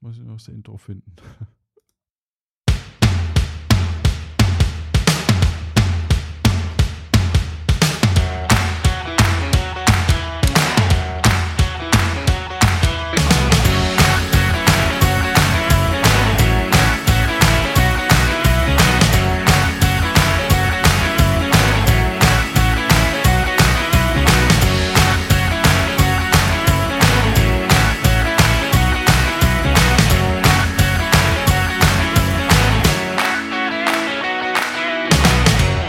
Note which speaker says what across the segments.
Speaker 1: Muss ich noch das Intro finden.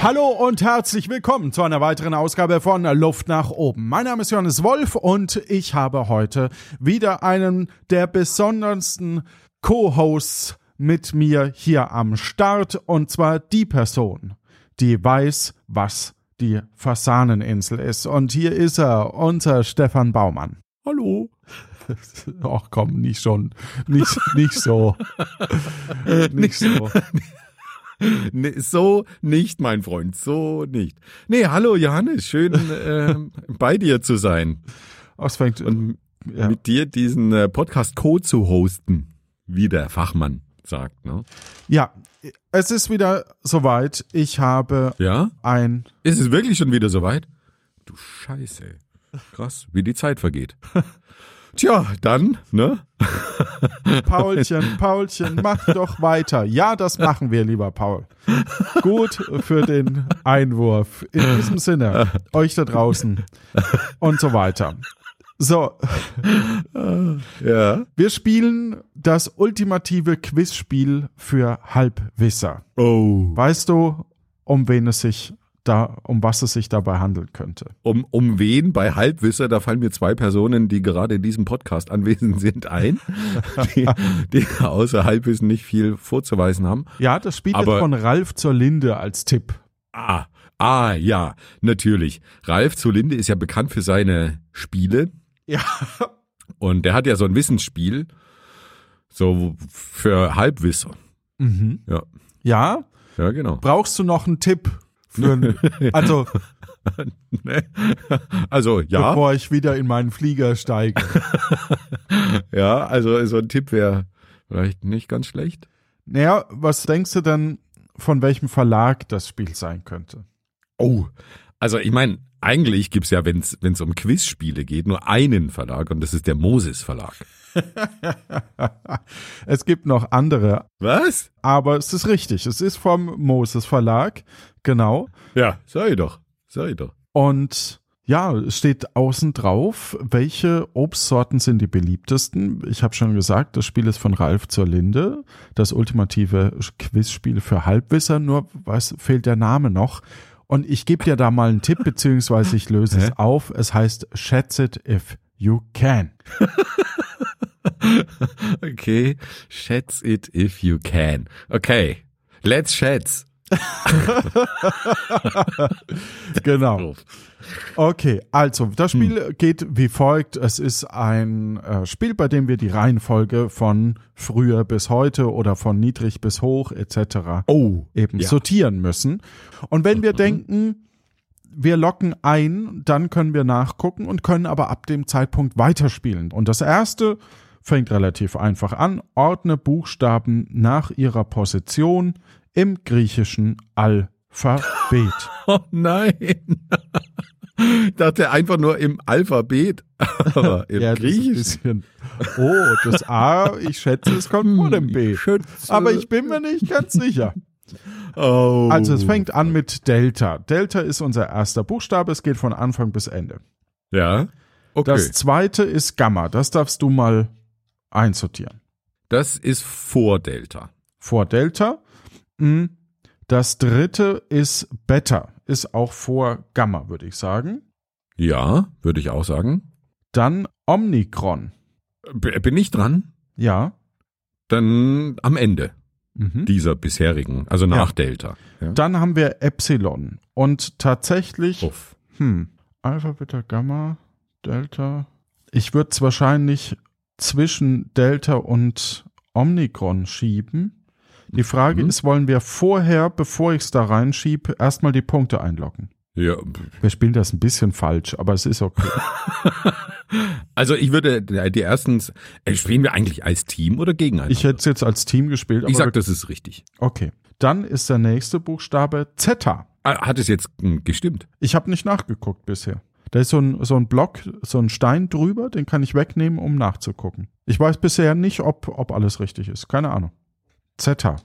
Speaker 1: Hallo und herzlich willkommen zu einer weiteren Ausgabe von Luft nach oben. Mein Name ist Johannes Wolf und ich habe heute wieder einen der besondersten Co-Hosts mit mir hier am Start und zwar die Person, die weiß, was die Fasaneninsel ist. Und hier ist er, unser Stefan Baumann. Hallo. Ach komm, nicht schon. Nicht, nicht so. nicht so.
Speaker 2: Nee, so nicht, mein Freund, so nicht. Nee, hallo Johannes, schön ähm, bei dir zu sein
Speaker 1: Oh, es fängt,
Speaker 2: und
Speaker 1: Ja.
Speaker 2: mit dir diesen äh, Podcast co-zu-hosten, wie der Fachmann sagt. Ne?
Speaker 1: Ja, es ist wieder soweit. Ich habe
Speaker 2: Ja?
Speaker 1: ein.
Speaker 2: Ist es wirklich schon wieder soweit? Du Scheiße. Krass, wie die Zeit vergeht. Tja, dann, ne?
Speaker 1: Paulchen, Paulchen, mach doch weiter. Ja, das machen wir, lieber Paul. Gut für den Einwurf. In diesem Sinne, euch da draußen und so weiter. So,
Speaker 2: Ja.
Speaker 1: wir spielen das ultimative Quizspiel für Halbwisser.
Speaker 2: Oh.
Speaker 1: Weißt du, um wen es sich da, um was es sich dabei handeln könnte?
Speaker 2: Um, um wen bei Halbwisser, da fallen mir zwei Personen, die gerade in diesem Podcast anwesend sind, ein, die, die außer Halbwissen nicht viel vorzuweisen haben.
Speaker 1: Ja, das Spiel wird
Speaker 2: Aber-
Speaker 1: von Ralf zur Linde als Tipp
Speaker 2: Ah, ah, ja, natürlich. Ralf Zulinde ist ja bekannt für seine Spiele.
Speaker 1: Ja.
Speaker 2: Und der hat ja so ein Wissensspiel, so für Halbwisser.
Speaker 1: Mhm.
Speaker 2: Ja.
Speaker 1: Ja,
Speaker 2: Ja, genau.
Speaker 1: brauchst du noch einen Tipp? Für, also,
Speaker 2: Also ja,
Speaker 1: bevor ich wieder in meinen Flieger steige.
Speaker 2: ja, also so ein Tipp wäre vielleicht nicht ganz schlecht.
Speaker 1: Naja, was denkst du denn, von welchem Verlag das Spiel sein könnte?
Speaker 2: Oh, also ich meine, eigentlich gibt's ja, wenn es um Quizspiele geht, nur einen Verlag und das ist der Moses Verlag.
Speaker 1: es gibt noch andere,
Speaker 2: Was?
Speaker 1: aber es ist richtig. Es ist vom Moses Verlag, genau.
Speaker 2: Ja, sag ich doch, sag ich doch.
Speaker 1: Und ja, es steht außen drauf, welche Obstsorten sind die beliebtesten. Ich habe schon gesagt, das Spiel ist von Ralf zur Linde, das ultimative Quizspiel für Halbwisser, nur was fehlt der Name noch. Und ich gebe dir da mal einen Tipp, beziehungsweise ich löse es auf. Es heißt Schätz it if you can.
Speaker 2: Okay, schätz it if you can. Okay, let's schätz.
Speaker 1: Genau.
Speaker 2: Doof.
Speaker 1: Okay, also das Spiel geht wie folgt. Es ist ein äh, Spiel, bei dem wir die Reihenfolge von früher bis heute oder von niedrig bis hoch etc.
Speaker 2: Oh,
Speaker 1: eben
Speaker 2: Ja. Mhm.
Speaker 1: sortieren müssen. Und wenn wir denken, wir locken ein, dann können wir nachgucken und können aber ab dem Zeitpunkt weiterspielen. Und das erste fängt relativ einfach an. Ordne Buchstaben nach ihrer Position im griechischen Alphabet.
Speaker 2: oh nein. Ich dachte einfach nur im Alphabet, aber im
Speaker 1: Ja, das ist ein
Speaker 2: Griechischen.
Speaker 1: bisschen- Oh, das A, ich schätze, es kommt vor dem B.
Speaker 2: Hm, schätze-
Speaker 1: Aber ich bin mir nicht ganz sicher.
Speaker 2: Oh.
Speaker 1: Also es fängt an mit Delta. Delta ist unser erster Buchstabe. Es geht von Anfang bis Ende.
Speaker 2: Ja. Okay.
Speaker 1: Das
Speaker 2: Das,
Speaker 1: zweite ist Gamma. Das darfst du mal einsortieren.
Speaker 2: ist vor Delta.
Speaker 1: Vor Delta. Hm. Das dritte ist Beta. Ist auch vor Gamma, würde ich sagen.
Speaker 2: Ja, würde ich auch sagen.
Speaker 1: Dann Omikron.
Speaker 2: B bin ich dran?
Speaker 1: Ja.
Speaker 2: Dann am Ende
Speaker 1: Mhm.
Speaker 2: dieser bisherigen, also nach
Speaker 1: Ja.
Speaker 2: Delta. Ja.
Speaker 1: Dann haben wir Epsilon. Und tatsächlich.
Speaker 2: Uff.
Speaker 1: Hm. Alpha, Beta, Gamma, Delta. Ich würde es wahrscheinlich zwischen Delta und Omikron schieben. Die Frage
Speaker 2: Mhm.
Speaker 1: ist, wollen wir vorher, bevor ich es da reinschiebe, erstmal die Punkte einloggen?
Speaker 2: Ja,
Speaker 1: Wir spielen das ein bisschen falsch, aber es ist okay.
Speaker 2: Also ich würde, die erstens, äh, spielen wir eigentlich als Team oder gegeneinander?
Speaker 1: Ich hätte es jetzt als Team gespielt.
Speaker 2: Ich sag,
Speaker 1: wir-
Speaker 2: das ist richtig.
Speaker 1: Okay. Dann ist der nächste Buchstabe Zeta.
Speaker 2: Ah, Hat es jetzt hm, gestimmt?
Speaker 1: Ich habe nicht nachgeguckt bisher. Da ist so ein, so ein Block, so ein Stein drüber, den kann ich wegnehmen, um nachzugucken. Ich weiß bisher nicht, ob, ob alles richtig ist. Keine Ahnung. Zeta.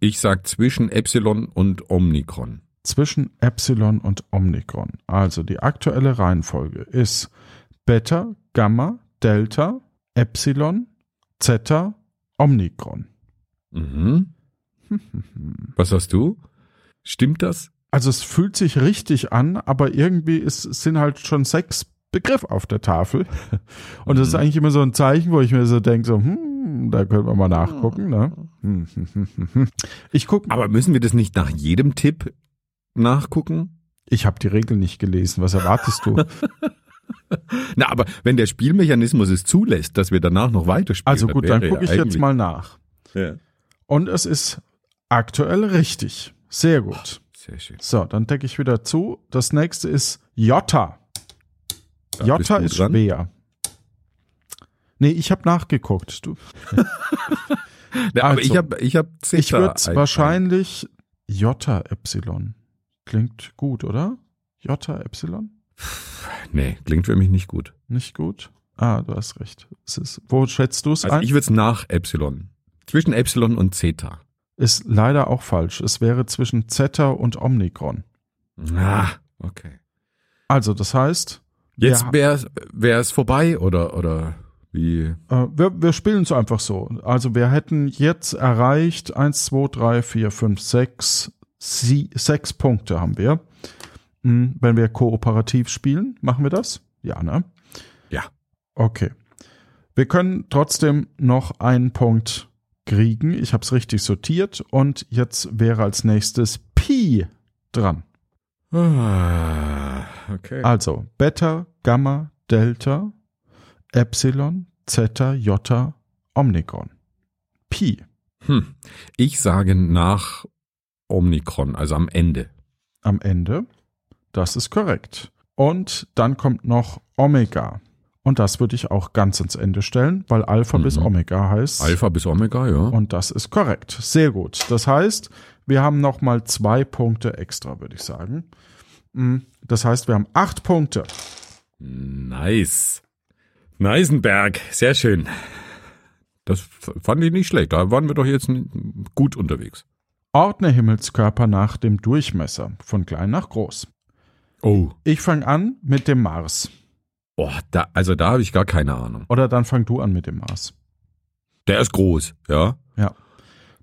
Speaker 2: Ich sag zwischen Epsilon und Omikron.
Speaker 1: Zwischen Epsilon und Omikron. Also die aktuelle Reihenfolge ist Beta, Gamma, Delta, Epsilon, Zeta, Omikron.
Speaker 2: Mhm. Was hast du? Stimmt das?
Speaker 1: Also es fühlt sich richtig an, aber irgendwie ist, es sind halt schon sechs Begriffe auf der Tafel. Und das ist
Speaker 2: Mhm.
Speaker 1: eigentlich immer so ein Zeichen, wo ich mir so denke, so, hm, da können wir mal nachgucken. Ne? Hm,
Speaker 2: Mhm.
Speaker 1: hm, hm, hm, hm. Ich gucke,
Speaker 2: Aber müssen wir das nicht nach jedem Tipp nachgucken?
Speaker 1: ich habe die Regeln nicht gelesen. Was erwartest du?
Speaker 2: Na, aber wenn der Spielmechanismus es zulässt, dass wir danach noch weiterspielen.
Speaker 1: Also gut, dann gucke ich jetzt mal nach.
Speaker 2: Ja.
Speaker 1: Und es ist aktuell richtig. Sehr gut.
Speaker 2: Sehr schön.
Speaker 1: So, dann decke ich wieder zu. Das nächste ist Jota.
Speaker 2: Da bist
Speaker 1: Jota
Speaker 2: du
Speaker 1: ist
Speaker 2: dran.
Speaker 1: schwer. Nee, ich habe nachgeguckt. Du,
Speaker 2: Ja, aber
Speaker 1: Also,
Speaker 2: ich habe ich hab Zeta
Speaker 1: Ich würde es
Speaker 2: ein-
Speaker 1: wahrscheinlich Jota Epsilon. Klingt gut, oder? Jota Epsilon?
Speaker 2: ein- Nee, klingt für mich nicht gut.
Speaker 1: Nicht gut? Ah, du hast recht. Es ist, wo schätzt du es
Speaker 2: Also
Speaker 1: ein?
Speaker 2: ich würde es nach Epsilon. Zwischen Epsilon und Zeta.
Speaker 1: ist leider auch falsch. Es wäre zwischen Zeta und Omikron.
Speaker 2: Ah, okay.
Speaker 1: Also, das heißt,
Speaker 2: Jetzt
Speaker 1: Ja.
Speaker 2: wär's wäre es vorbei oder, oder wie?
Speaker 1: äh, wir, wir spielen es einfach so. Also, wir hätten jetzt erreicht 1, 2, 3, 4, 5, 6, 6 Punkte haben wir. Hm, Wenn wir kooperativ spielen, machen wir das? Ja, ne?
Speaker 2: Ja.
Speaker 1: Okay. Wir können trotzdem noch einen Punkt kriegen. Ich habe es richtig sortiert und jetzt wäre als nächstes Pi dran.
Speaker 2: Ah, okay.
Speaker 1: Also Beta, Gamma, Delta, Epsilon, Zeta, Jota, Omikron. Pi.
Speaker 2: Hm. Ich sage nach Omikron, also am Ende.
Speaker 1: am Ende. Das ist korrekt. Und dann kommt noch Omega. Und das würde ich auch ganz ins Ende stellen, weil Alpha
Speaker 2: Mhm.
Speaker 1: bis Omega heißt.
Speaker 2: Alpha bis Omega, ja.
Speaker 1: Und das ist korrekt. Sehr gut. Das heißt, wir haben nochmal zwei Punkte extra, würde ich sagen. Mm, Das heißt, wir haben acht Punkte.
Speaker 2: Nice. Neisenberg, sehr schön. Das f- fand ich nicht schlecht. Da waren wir doch jetzt n- gut unterwegs.
Speaker 1: Ordne Himmelskörper nach dem Durchmesser, von klein nach groß.
Speaker 2: Oh.
Speaker 1: Ich fange an mit dem Mars.
Speaker 2: Boah, da, also da habe ich gar keine Ahnung.
Speaker 1: Oder dann fang du an mit dem Mars.
Speaker 2: Der ist groß, ja.
Speaker 1: Ja.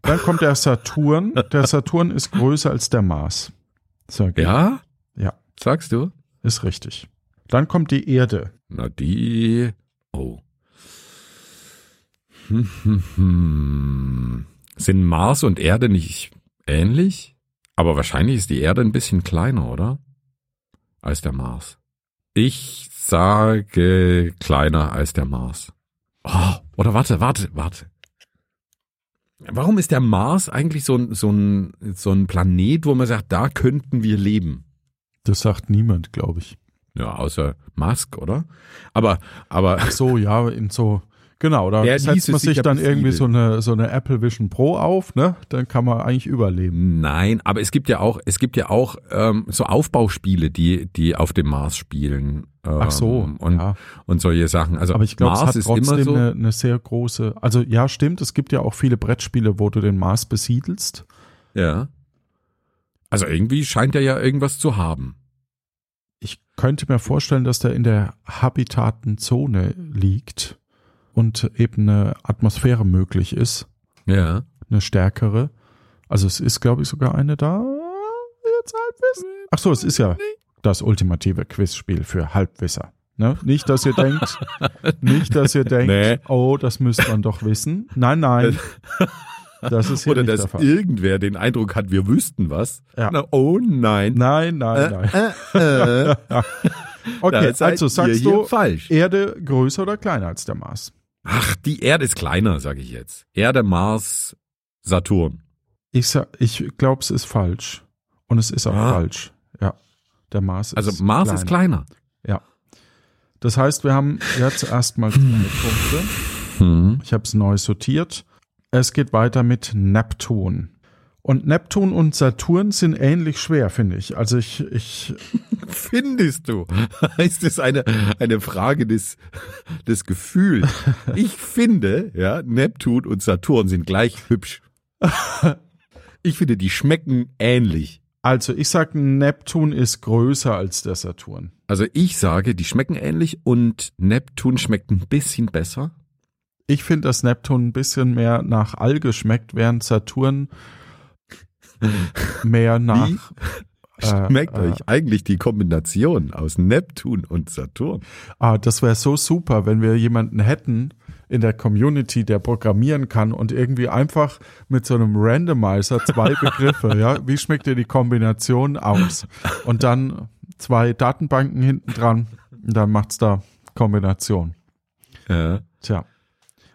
Speaker 1: Dann kommt der Saturn. Der Saturn ist größer als der Mars. So,
Speaker 2: Ja?
Speaker 1: Ja.
Speaker 2: Sagst du?
Speaker 1: Ist richtig. Dann kommt die Erde.
Speaker 2: Na, die. Oh. Hm, hm, hm. Sind Mars und Erde nicht ähnlich? Aber wahrscheinlich ist die Erde ein bisschen kleiner, oder? Als der Mars. Ich sage kleiner als der Mars. Oh, oder warte, warte, warte. Warum ist der Mars eigentlich so ein, so ein, so ein Planet, wo man sagt, da könnten wir leben?
Speaker 1: Das sagt niemand, glaube ich.
Speaker 2: Ja, außer Musk, oder? Aber, aber
Speaker 1: Ach so, ja, in so. Genau, da
Speaker 2: Der
Speaker 1: setzt
Speaker 2: ließe
Speaker 1: man
Speaker 2: sich
Speaker 1: sich
Speaker 2: ja
Speaker 1: dann irgendwie so
Speaker 2: besiedeln.
Speaker 1: eine, so eine Apple Vision Pro auf, ne? Dann kann man eigentlich überleben.
Speaker 2: Nein, aber es gibt ja auch, es gibt ja auch ähm, so Aufbauspiele, die, die auf dem Mars spielen. Ähm,
Speaker 1: Ach so,
Speaker 2: Und,
Speaker 1: ja.
Speaker 2: und solche Sachen. Also
Speaker 1: Aber ich glaube, es
Speaker 2: Mars
Speaker 1: hat
Speaker 2: ist immer
Speaker 1: trotzdem
Speaker 2: so.
Speaker 1: eine, eine sehr große. Also ja, stimmt, es gibt ja auch viele Brettspiele, wo du den Mars besiedelst.
Speaker 2: ja. Also irgendwie scheint er ja irgendwas zu haben.
Speaker 1: Ich könnte mir vorstellen, dass der in der Habitatenzone liegt und eben eine Atmosphäre möglich ist,
Speaker 2: Ja.
Speaker 1: eine stärkere. Also es ist, glaube ich, sogar eine da. Jetzt Halbwissen. Ach so, es ist ja das ultimative Quizspiel für Halbwisser. Ne? Nicht, dass ihr denkt, nicht, dass ihr denkt,
Speaker 2: Nee.
Speaker 1: oh, das müsste man doch wissen. Nein, nein. Das ist hier
Speaker 2: Oder
Speaker 1: nicht der
Speaker 2: dass
Speaker 1: Fall.
Speaker 2: irgendwer den Eindruck hat, wir wüssten was.
Speaker 1: Ja.
Speaker 2: Na, oh nein.
Speaker 1: Nein, nein, nein.
Speaker 2: Äh, äh,
Speaker 1: Okay,
Speaker 2: da seid
Speaker 1: also
Speaker 2: ihr
Speaker 1: sagst
Speaker 2: hier
Speaker 1: du,
Speaker 2: falsch.
Speaker 1: Erde größer oder kleiner als der Mars?
Speaker 2: Ach, die Erde ist kleiner, sage ich jetzt. Erde, Mars, Saturn.
Speaker 1: Ich, sag- ich glaube, es ist falsch. Und es ist auch
Speaker 2: Ah.
Speaker 1: falsch. Ja. Der Mars ist
Speaker 2: Also Mars ist Also kleiner.
Speaker 1: Ja. Das heißt, wir haben jetzt erstmal zwei Punkte.
Speaker 2: Hm.
Speaker 1: Ich habe es neu sortiert. Es geht weiter mit Neptun. Und Neptun und Saturn sind ähnlich schwer, finde ich. Also ich, ich,
Speaker 2: Findest du? Ist das eine, eine Frage des, des Gefühls? Ich finde, ja, Neptun und Saturn sind gleich hübsch. Ich finde, die schmecken ähnlich.
Speaker 1: also ich sag, Neptun ist größer als der Saturn.
Speaker 2: Also ich sage, die schmecken ähnlich und Neptun schmeckt ein bisschen besser.
Speaker 1: Ich finde, dass Neptun ein bisschen mehr nach Alge schmeckt, während Saturn mehr nach. Äh,
Speaker 2: Schmeckt
Speaker 1: äh,
Speaker 2: euch eigentlich die Kombination aus Neptun und Saturn?
Speaker 1: Ah, das wäre so super, wenn wir jemanden hätten in der Community, der programmieren kann und irgendwie einfach mit so einem Randomizer zwei Begriffe, ja, wie schmeckt dir die Kombination aus? Und dann zwei Datenbanken hinten dran, und dann macht's da Kombination.
Speaker 2: Ja.
Speaker 1: Tja.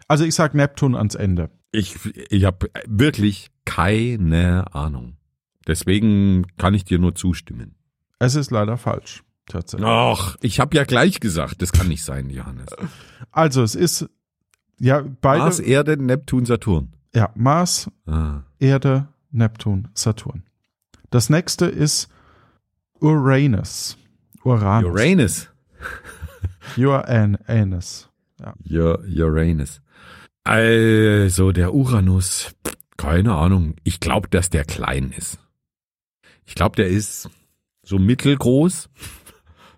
Speaker 1: Also ich sag Neptun ans Ende.
Speaker 2: Ich, ich habe wirklich keine Ahnung. Deswegen kann ich dir nur zustimmen.
Speaker 1: Es ist leider falsch, tatsächlich.
Speaker 2: Ach, ich habe ja gleich gesagt, das kann nicht sein, Johannes.
Speaker 1: Also es ist ja beide
Speaker 2: Mars, Erde, Neptun, Saturn.
Speaker 1: ja Mars,
Speaker 2: Ah.
Speaker 1: Erde, Neptun, Saturn. Das nächste ist Uranus. Uranus.
Speaker 2: Uranus.
Speaker 1: Uranus.
Speaker 2: Ja, Uranus. Also der Uranus, pff, keine Ahnung. Ich glaube, dass der klein ist. Ich glaube, der ist so mittelgroß.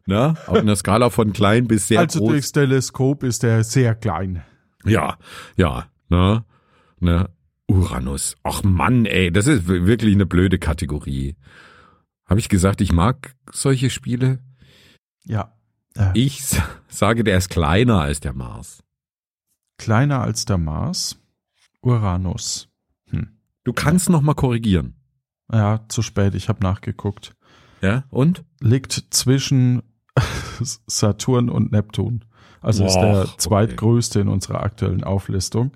Speaker 2: Ne? Auf einer Skala von klein bis sehr
Speaker 1: Also
Speaker 2: groß.
Speaker 1: durchs Teleskop ist er sehr klein.
Speaker 2: Ja, ja, ne, ne, Uranus. Ach Mann, ey, das ist w- wirklich eine blöde Kategorie. Habe ich gesagt, ich mag solche Spiele?
Speaker 1: Ja.
Speaker 2: Ich s- sage, der ist kleiner als der Mars.
Speaker 1: Kleiner als der Mars. Uranus.
Speaker 2: Du kannst noch mal korrigieren.
Speaker 1: Ja, zu spät, ich habe nachgeguckt.
Speaker 2: Ja, und?
Speaker 1: Liegt zwischen Saturn und Neptun. Also ist
Speaker 2: Boah,
Speaker 1: der
Speaker 2: okay.
Speaker 1: zweitgrößte in unserer aktuellen Auflistung.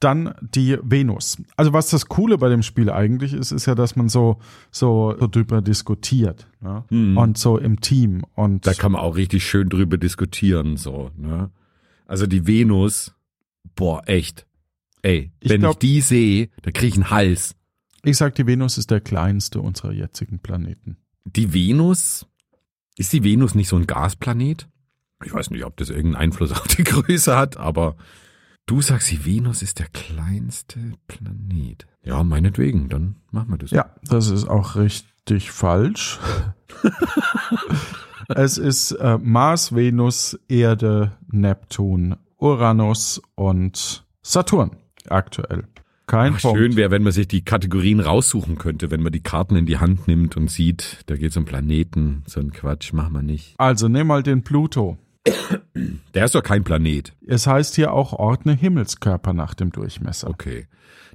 Speaker 1: Dann die Venus. Also was das Coole bei dem Spiel eigentlich ist, ist ja, dass man so, so, so drüber diskutiert. Ne?
Speaker 2: Mhm.
Speaker 1: Und so im Team. Und
Speaker 2: Da kann man auch richtig schön drüber diskutieren, so, ne? Also die Venus, boah, echt. Ey,
Speaker 1: Ich
Speaker 2: wenn
Speaker 1: glaub-
Speaker 2: ich die sehe, da krieg ich einen Hals.
Speaker 1: Ich sag, die Venus ist der kleinste unserer jetzigen Planeten.
Speaker 2: die Venus, ist die Venus nicht so ein Gasplanet? Ich weiß nicht, ob das irgendeinen Einfluss auf die Größe hat, aber du sagst, die Venus ist der kleinste Planet. Ja, meinetwegen, dann machen wir das.
Speaker 1: Ja, das ist auch richtig falsch. es ist äh, Mars, Venus, Erde, Neptun, Uranus und Saturn aktuell. Kein
Speaker 2: Ach,
Speaker 1: Punkt.
Speaker 2: schön wäre, wenn man sich die Kategorien raussuchen könnte, wenn man die Karten in die Hand nimmt und sieht, da geht's um Planeten, so ein Quatsch, machen wir nicht.
Speaker 1: Also nimm mal den Pluto.
Speaker 2: Der ist doch kein Planet.
Speaker 1: Es heißt hier auch ordne Himmelskörper nach dem Durchmesser.
Speaker 2: Okay.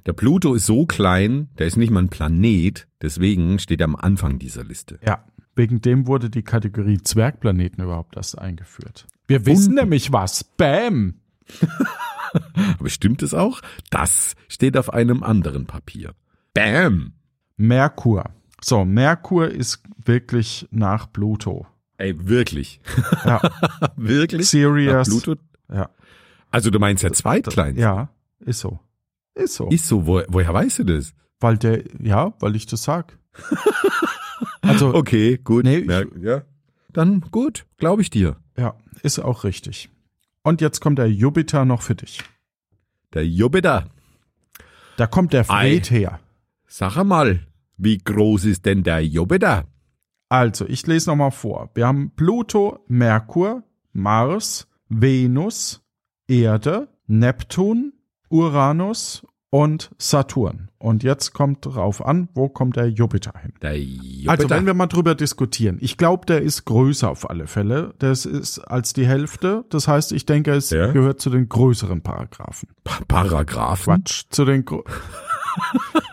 Speaker 2: Der Pluto ist so klein, der ist nicht mal ein Planet, deswegen steht er am Anfang dieser Liste.
Speaker 1: Ja, wegen dem wurde die Kategorie Zwergplaneten überhaupt erst eingeführt. Wir wissen nämlich was. Bam!
Speaker 2: Aber stimmt es auch? Das steht auf einem anderen Papier. Bam!
Speaker 1: Merkur. So, Merkur ist wirklich nach Pluto.
Speaker 2: Ey, wirklich.
Speaker 1: Ja,
Speaker 2: wirklich?
Speaker 1: Sirius.
Speaker 2: Nach Pluto?
Speaker 1: Ja.
Speaker 2: Also du meinst der zweitkleinste?
Speaker 1: ja, ist so. Ist so.
Speaker 2: Ist so, wo, woher weißt du das?
Speaker 1: weil der, ja, weil ich das sag. also,
Speaker 2: Okay, gut.
Speaker 1: Nee, ich-
Speaker 2: Ja, ja. Dann gut, glaube ich dir.
Speaker 1: ja, ist auch richtig. Und jetzt kommt der Jupiter noch für dich.
Speaker 2: Der Jupiter.
Speaker 1: Da kommt der
Speaker 2: Ei.
Speaker 1: Fred her.
Speaker 2: Sag mal, wie groß ist denn der Jupiter?
Speaker 1: Also, ich lese nochmal vor. Wir haben Pluto, Merkur, Mars, Venus, Erde, Neptun, Uranus und Saturn. Und jetzt kommt drauf an, wo kommt der Jupiter hin?
Speaker 2: Der Jupiter.
Speaker 1: Also, wenn wir mal drüber diskutieren. Ich glaube, der ist größer auf alle Fälle. Das ist als die Hälfte. Das heißt, ich denke, es
Speaker 2: Ja.
Speaker 1: gehört zu den größeren Paragraphen.
Speaker 2: Pa- Paragraphen.
Speaker 1: Quatsch, zu den Gro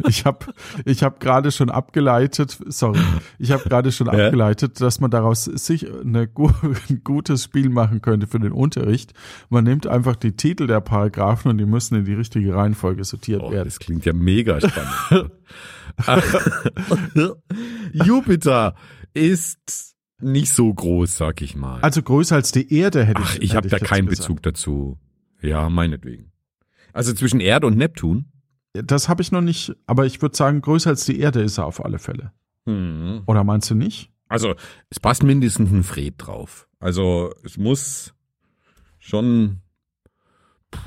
Speaker 1: Ich habe ich hab gerade schon abgeleitet, sorry, ich habe gerade schon abgeleitet, dass man daraus sich eine, gu- ein gutes Spiel machen könnte für den Unterricht. Man nimmt einfach die Titel der Paragraphen und die müssen in die richtige Reihenfolge sortiert
Speaker 2: Oh,
Speaker 1: werden.
Speaker 2: das klingt ja mega spannend. Jupiter ist Nicht so groß, sag ich mal.
Speaker 1: Also größer als die Erde hätte
Speaker 2: Ach,
Speaker 1: ich
Speaker 2: ich habe
Speaker 1: hätte
Speaker 2: da
Speaker 1: jetzt
Speaker 2: keinen
Speaker 1: gesagt.
Speaker 2: Bezug dazu. Ja, meinetwegen. Also zwischen Erde und Neptun?
Speaker 1: Das habe ich noch nicht, aber ich würde sagen, größer als die Erde ist er auf alle Fälle.
Speaker 2: Hm.
Speaker 1: Oder meinst du nicht?
Speaker 2: Also es passt mindestens ein Fred drauf. Also es muss schon. Pff,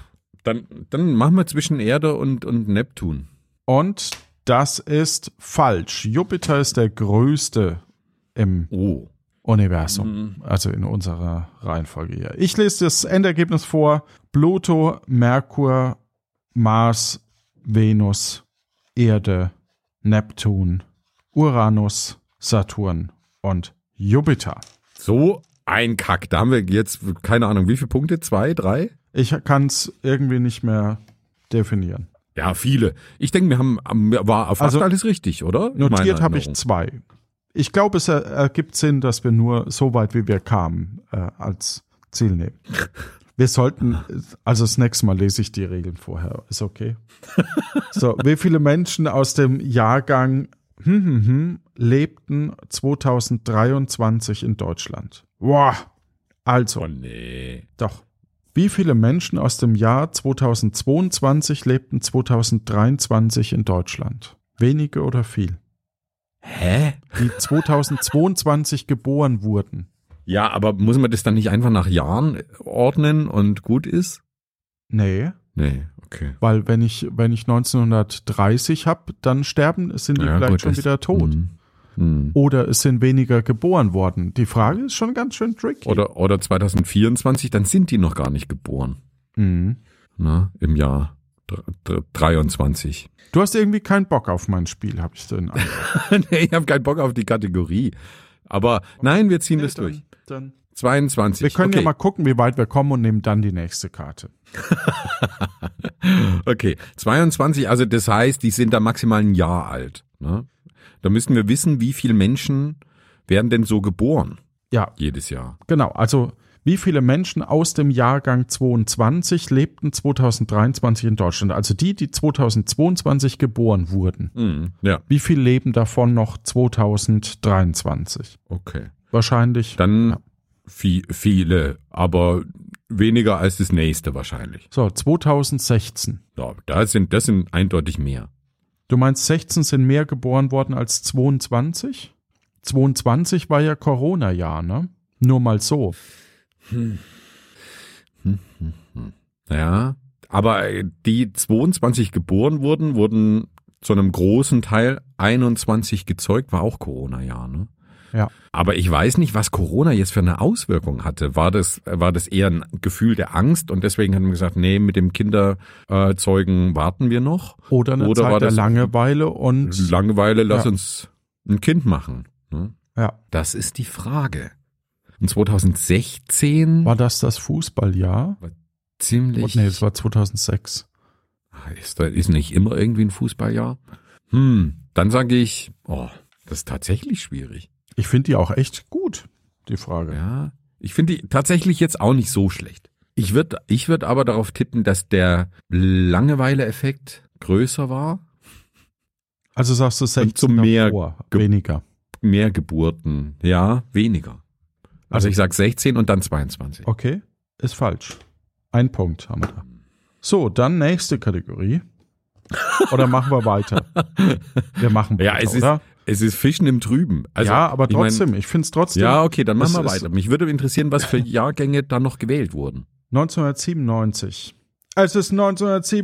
Speaker 2: Dann, dann machen wir zwischen Erde und, und Neptun.
Speaker 1: Und das ist falsch. Jupiter ist der größte im
Speaker 2: Oh. Hm.
Speaker 1: Universum. Also in unserer Reihenfolge hier. Ich lese das Endergebnis vor. Pluto, Merkur, Mars, Venus, Erde, Neptun, Uranus, Saturn und Jupiter.
Speaker 2: So ein Kack. Da haben wir jetzt, keine Ahnung, wie viele Punkte? Zwei, drei?
Speaker 1: Ich kann es irgendwie nicht mehr definieren.
Speaker 2: Ja, viele. Ich denke, wir haben, haben- war fast
Speaker 1: Also,
Speaker 2: alles richtig, oder? In
Speaker 1: Notiert
Speaker 2: meiner
Speaker 1: habe ich
Speaker 2: Erinnerung.
Speaker 1: zwei. Ich glaube, es er- ergibt Sinn, dass wir nur so weit, wie wir kamen, äh, als Ziel nehmen. Wir sollten, also das nächste Mal lese ich die Regeln vorher, ist okay. So, wie viele Menschen aus dem Jahrgang hm, hm, hm, lebten 2023 in Deutschland? Boah, also,
Speaker 2: Oh nee.
Speaker 1: doch. Wie viele Menschen aus dem Jahr 2022 lebten 2023 in Deutschland? Wenige oder viel?
Speaker 2: Hä?
Speaker 1: die 2022 geboren wurden.
Speaker 2: Ja, aber muss man das dann nicht einfach nach Jahren ordnen und gut ist?
Speaker 1: Nee,
Speaker 2: Nee, okay.
Speaker 1: weil wenn ich, wenn ich 1930 habe, dann sterben, sind die
Speaker 2: Ja,
Speaker 1: vielleicht
Speaker 2: gut,
Speaker 1: schon
Speaker 2: ist-
Speaker 1: wieder tot.
Speaker 2: Hm. Hm.
Speaker 1: Oder es sind weniger geboren worden. Die Frage ist schon ganz schön tricky.
Speaker 2: Oder, oder 2024, dann sind die noch gar nicht geboren.
Speaker 1: Mhm.
Speaker 2: Ne? Im Jahr dr- dr- 23.
Speaker 1: Du hast irgendwie keinen Bock auf mein Spiel, habe ich den Eindruck.
Speaker 2: nee, ich habe keinen Bock auf die Kategorie. Aber nein, wir ziehen das durch.
Speaker 1: Dann, dann.
Speaker 2: 22.
Speaker 1: Wir können
Speaker 2: okay.
Speaker 1: ja mal gucken, wie weit wir kommen und nehmen dann die nächste Karte.
Speaker 2: Okay, 22, also das heißt, die sind da maximal ein Jahr alt. Ne? Da müssten wir wissen, wie viele Menschen werden denn so geboren
Speaker 1: Ja,
Speaker 2: jedes Jahr.
Speaker 1: genau. Also wie viele Menschen aus dem Jahrgang 22 lebten 2023 in Deutschland? Also die, die 2022 geboren wurden.
Speaker 2: Mhm. Ja,
Speaker 1: Wie viel leben davon noch 2023?
Speaker 2: okay.
Speaker 1: Wahrscheinlich
Speaker 2: Dann vi viele, aber weniger als das nächste wahrscheinlich.
Speaker 1: so 2016.
Speaker 2: Ja, da sind, das sind eindeutig mehr.
Speaker 1: Du meinst 16 sind mehr geboren worden als 22? 22 war ja Corona Jahr, ne? Nur mal so.
Speaker 2: Ja, aber äh, die 22 geboren wurden, wurden zu einem großen Teil 21 gezeugt, war auch Corona-Jahr, ne?
Speaker 1: Ja.
Speaker 2: Aber ich weiß nicht, was Corona jetzt für eine Auswirkung hatte. War das, war das eher ein Gefühl der Angst und deswegen haben wir gesagt, nee, mit dem Kinderzeugen warten wir noch?
Speaker 1: Oder eine
Speaker 2: Oder war
Speaker 1: Zeit der
Speaker 2: das-
Speaker 1: Langeweile und
Speaker 2: Langeweile, lass
Speaker 1: Ja.
Speaker 2: uns ein Kind machen. Ne?
Speaker 1: ja,
Speaker 2: Das ist die Frage. Und 2016
Speaker 1: war das das Fußballjahr?
Speaker 2: ziemlich.
Speaker 1: Und nee, es war 2006.
Speaker 2: Ah, Ist, da, ist nicht immer irgendwie ein Fußballjahr? Hm, dann sage ich, oh, das ist tatsächlich schwierig.
Speaker 1: Ich finde die auch echt gut, die Frage.
Speaker 2: Ja, ich finde die tatsächlich jetzt auch nicht so schlecht. Ich würde ich würd aber darauf tippen, dass der Langeweile-Effekt größer war,
Speaker 1: Also sagst du 16
Speaker 2: zu mehr
Speaker 1: davor,
Speaker 2: ge-
Speaker 1: weniger.
Speaker 2: mehr Geburten, ja, weniger. Also ich sag 16 und dann 22.
Speaker 1: Okay, ist falsch. Ein Punkt haben wir da. So, dann nächste Kategorie. Oder machen wir weiter? Wir machen weiter,
Speaker 2: Ja, es ist,
Speaker 1: oder?
Speaker 2: es ist Fischen im Trüben. Also,
Speaker 1: ja, aber
Speaker 2: ich mein,
Speaker 1: trotzdem, ich, finde es trotzdem.
Speaker 2: ja, okay, dann machen
Speaker 1: Es
Speaker 2: wir
Speaker 1: ist-
Speaker 2: weiter. Mich würde interessieren, was für Jahrgänge da noch gewählt wurden.
Speaker 1: 1997. Es ist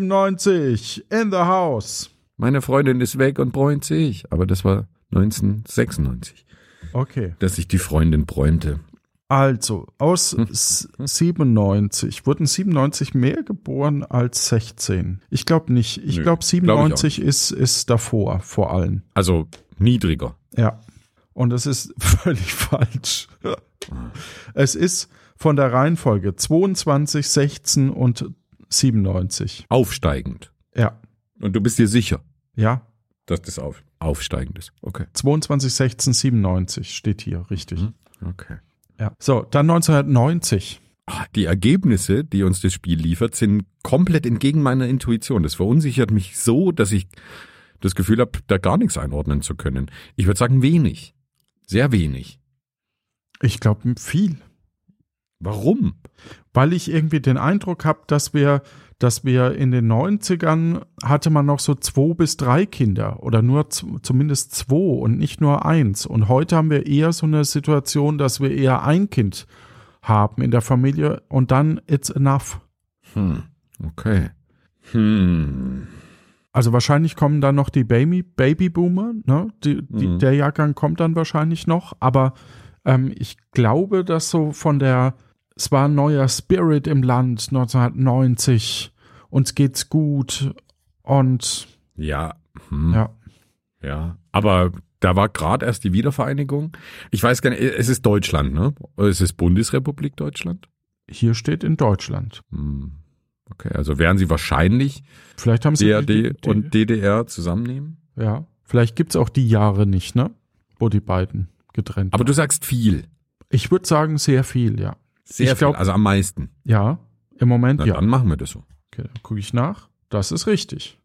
Speaker 1: 1997. In the house.
Speaker 2: Meine Freundin ist weg und bräunt sich. Aber das war 1996,
Speaker 1: Okay.
Speaker 2: dass sich die Freundin bräunte.
Speaker 1: Also, aus s- 97. Wurden 97 mehr geboren als 16? Ich glaube nicht. Ich glaube,
Speaker 2: Nö, glaub ich auch
Speaker 1: 97 ist, ist davor, vor allen.
Speaker 2: Also niedriger.
Speaker 1: Ja. Und es ist völlig falsch. Es ist von der Reihenfolge 22, 16 und 97.
Speaker 2: Aufsteigend.
Speaker 1: Ja.
Speaker 2: Und du bist dir sicher,
Speaker 1: Ja.
Speaker 2: dass das auf, aufsteigend ist. Okay.
Speaker 1: 22, 16, 97 steht hier, richtig.
Speaker 2: Mhm. Okay.
Speaker 1: Ja. So, dann 1990.
Speaker 2: Ah, Die Ergebnisse, die uns das Spiel liefert, sind komplett entgegen meiner Intuition. Das verunsichert mich so, dass ich das Gefühl habe, da gar nichts einordnen zu können. Ich würde sagen, wenig. Sehr wenig.
Speaker 1: Ich glaube viel,
Speaker 2: Warum?
Speaker 1: weil ich irgendwie den Eindruck habe, dass wir, dass wir in den 90ern hatte man noch so zwei bis drei Kinder oder nur z- zumindest zwei und nicht nur eins. Und heute haben wir eher so eine Situation, dass wir eher ein Kind haben in der Familie und dann it's enough.
Speaker 2: Hm. Okay. Hm.
Speaker 1: Also wahrscheinlich kommen dann noch die Baby, Babyboomer, ne? Die, die,
Speaker 2: Mhm.
Speaker 1: Der Jahrgang kommt dann wahrscheinlich noch, aber ähm, ich glaube, dass so von der, es war ein neuer Spirit im Land 1990, uns geht's gut und
Speaker 2: Ja. Hm.
Speaker 1: ja,
Speaker 2: Ja, aber da war gerade erst die Wiedervereinigung. Ich weiß gar nicht, äh, es ist Deutschland, ne? Es ist Bundesrepublik Deutschland.
Speaker 1: hier steht in Deutschland.
Speaker 2: Hm. Okay, also werden sie wahrscheinlich
Speaker 1: Vielleicht haben sie
Speaker 2: DRD
Speaker 1: die, die,
Speaker 2: und DDR zusammennehmen.
Speaker 1: ja, vielleicht gibt's auch die Jahre nicht, ne? Wo die beiden getrennt.
Speaker 2: Aber du sagst viel.
Speaker 1: ich würde sagen sehr viel, ja.
Speaker 2: Sehr
Speaker 1: Ich glaub-
Speaker 2: viel, also am meisten.
Speaker 1: Ja, im Moment
Speaker 2: Na,
Speaker 1: ja.
Speaker 2: Dann machen wir das so.
Speaker 1: Okay, dann gucke ich nach. Das ist richtig.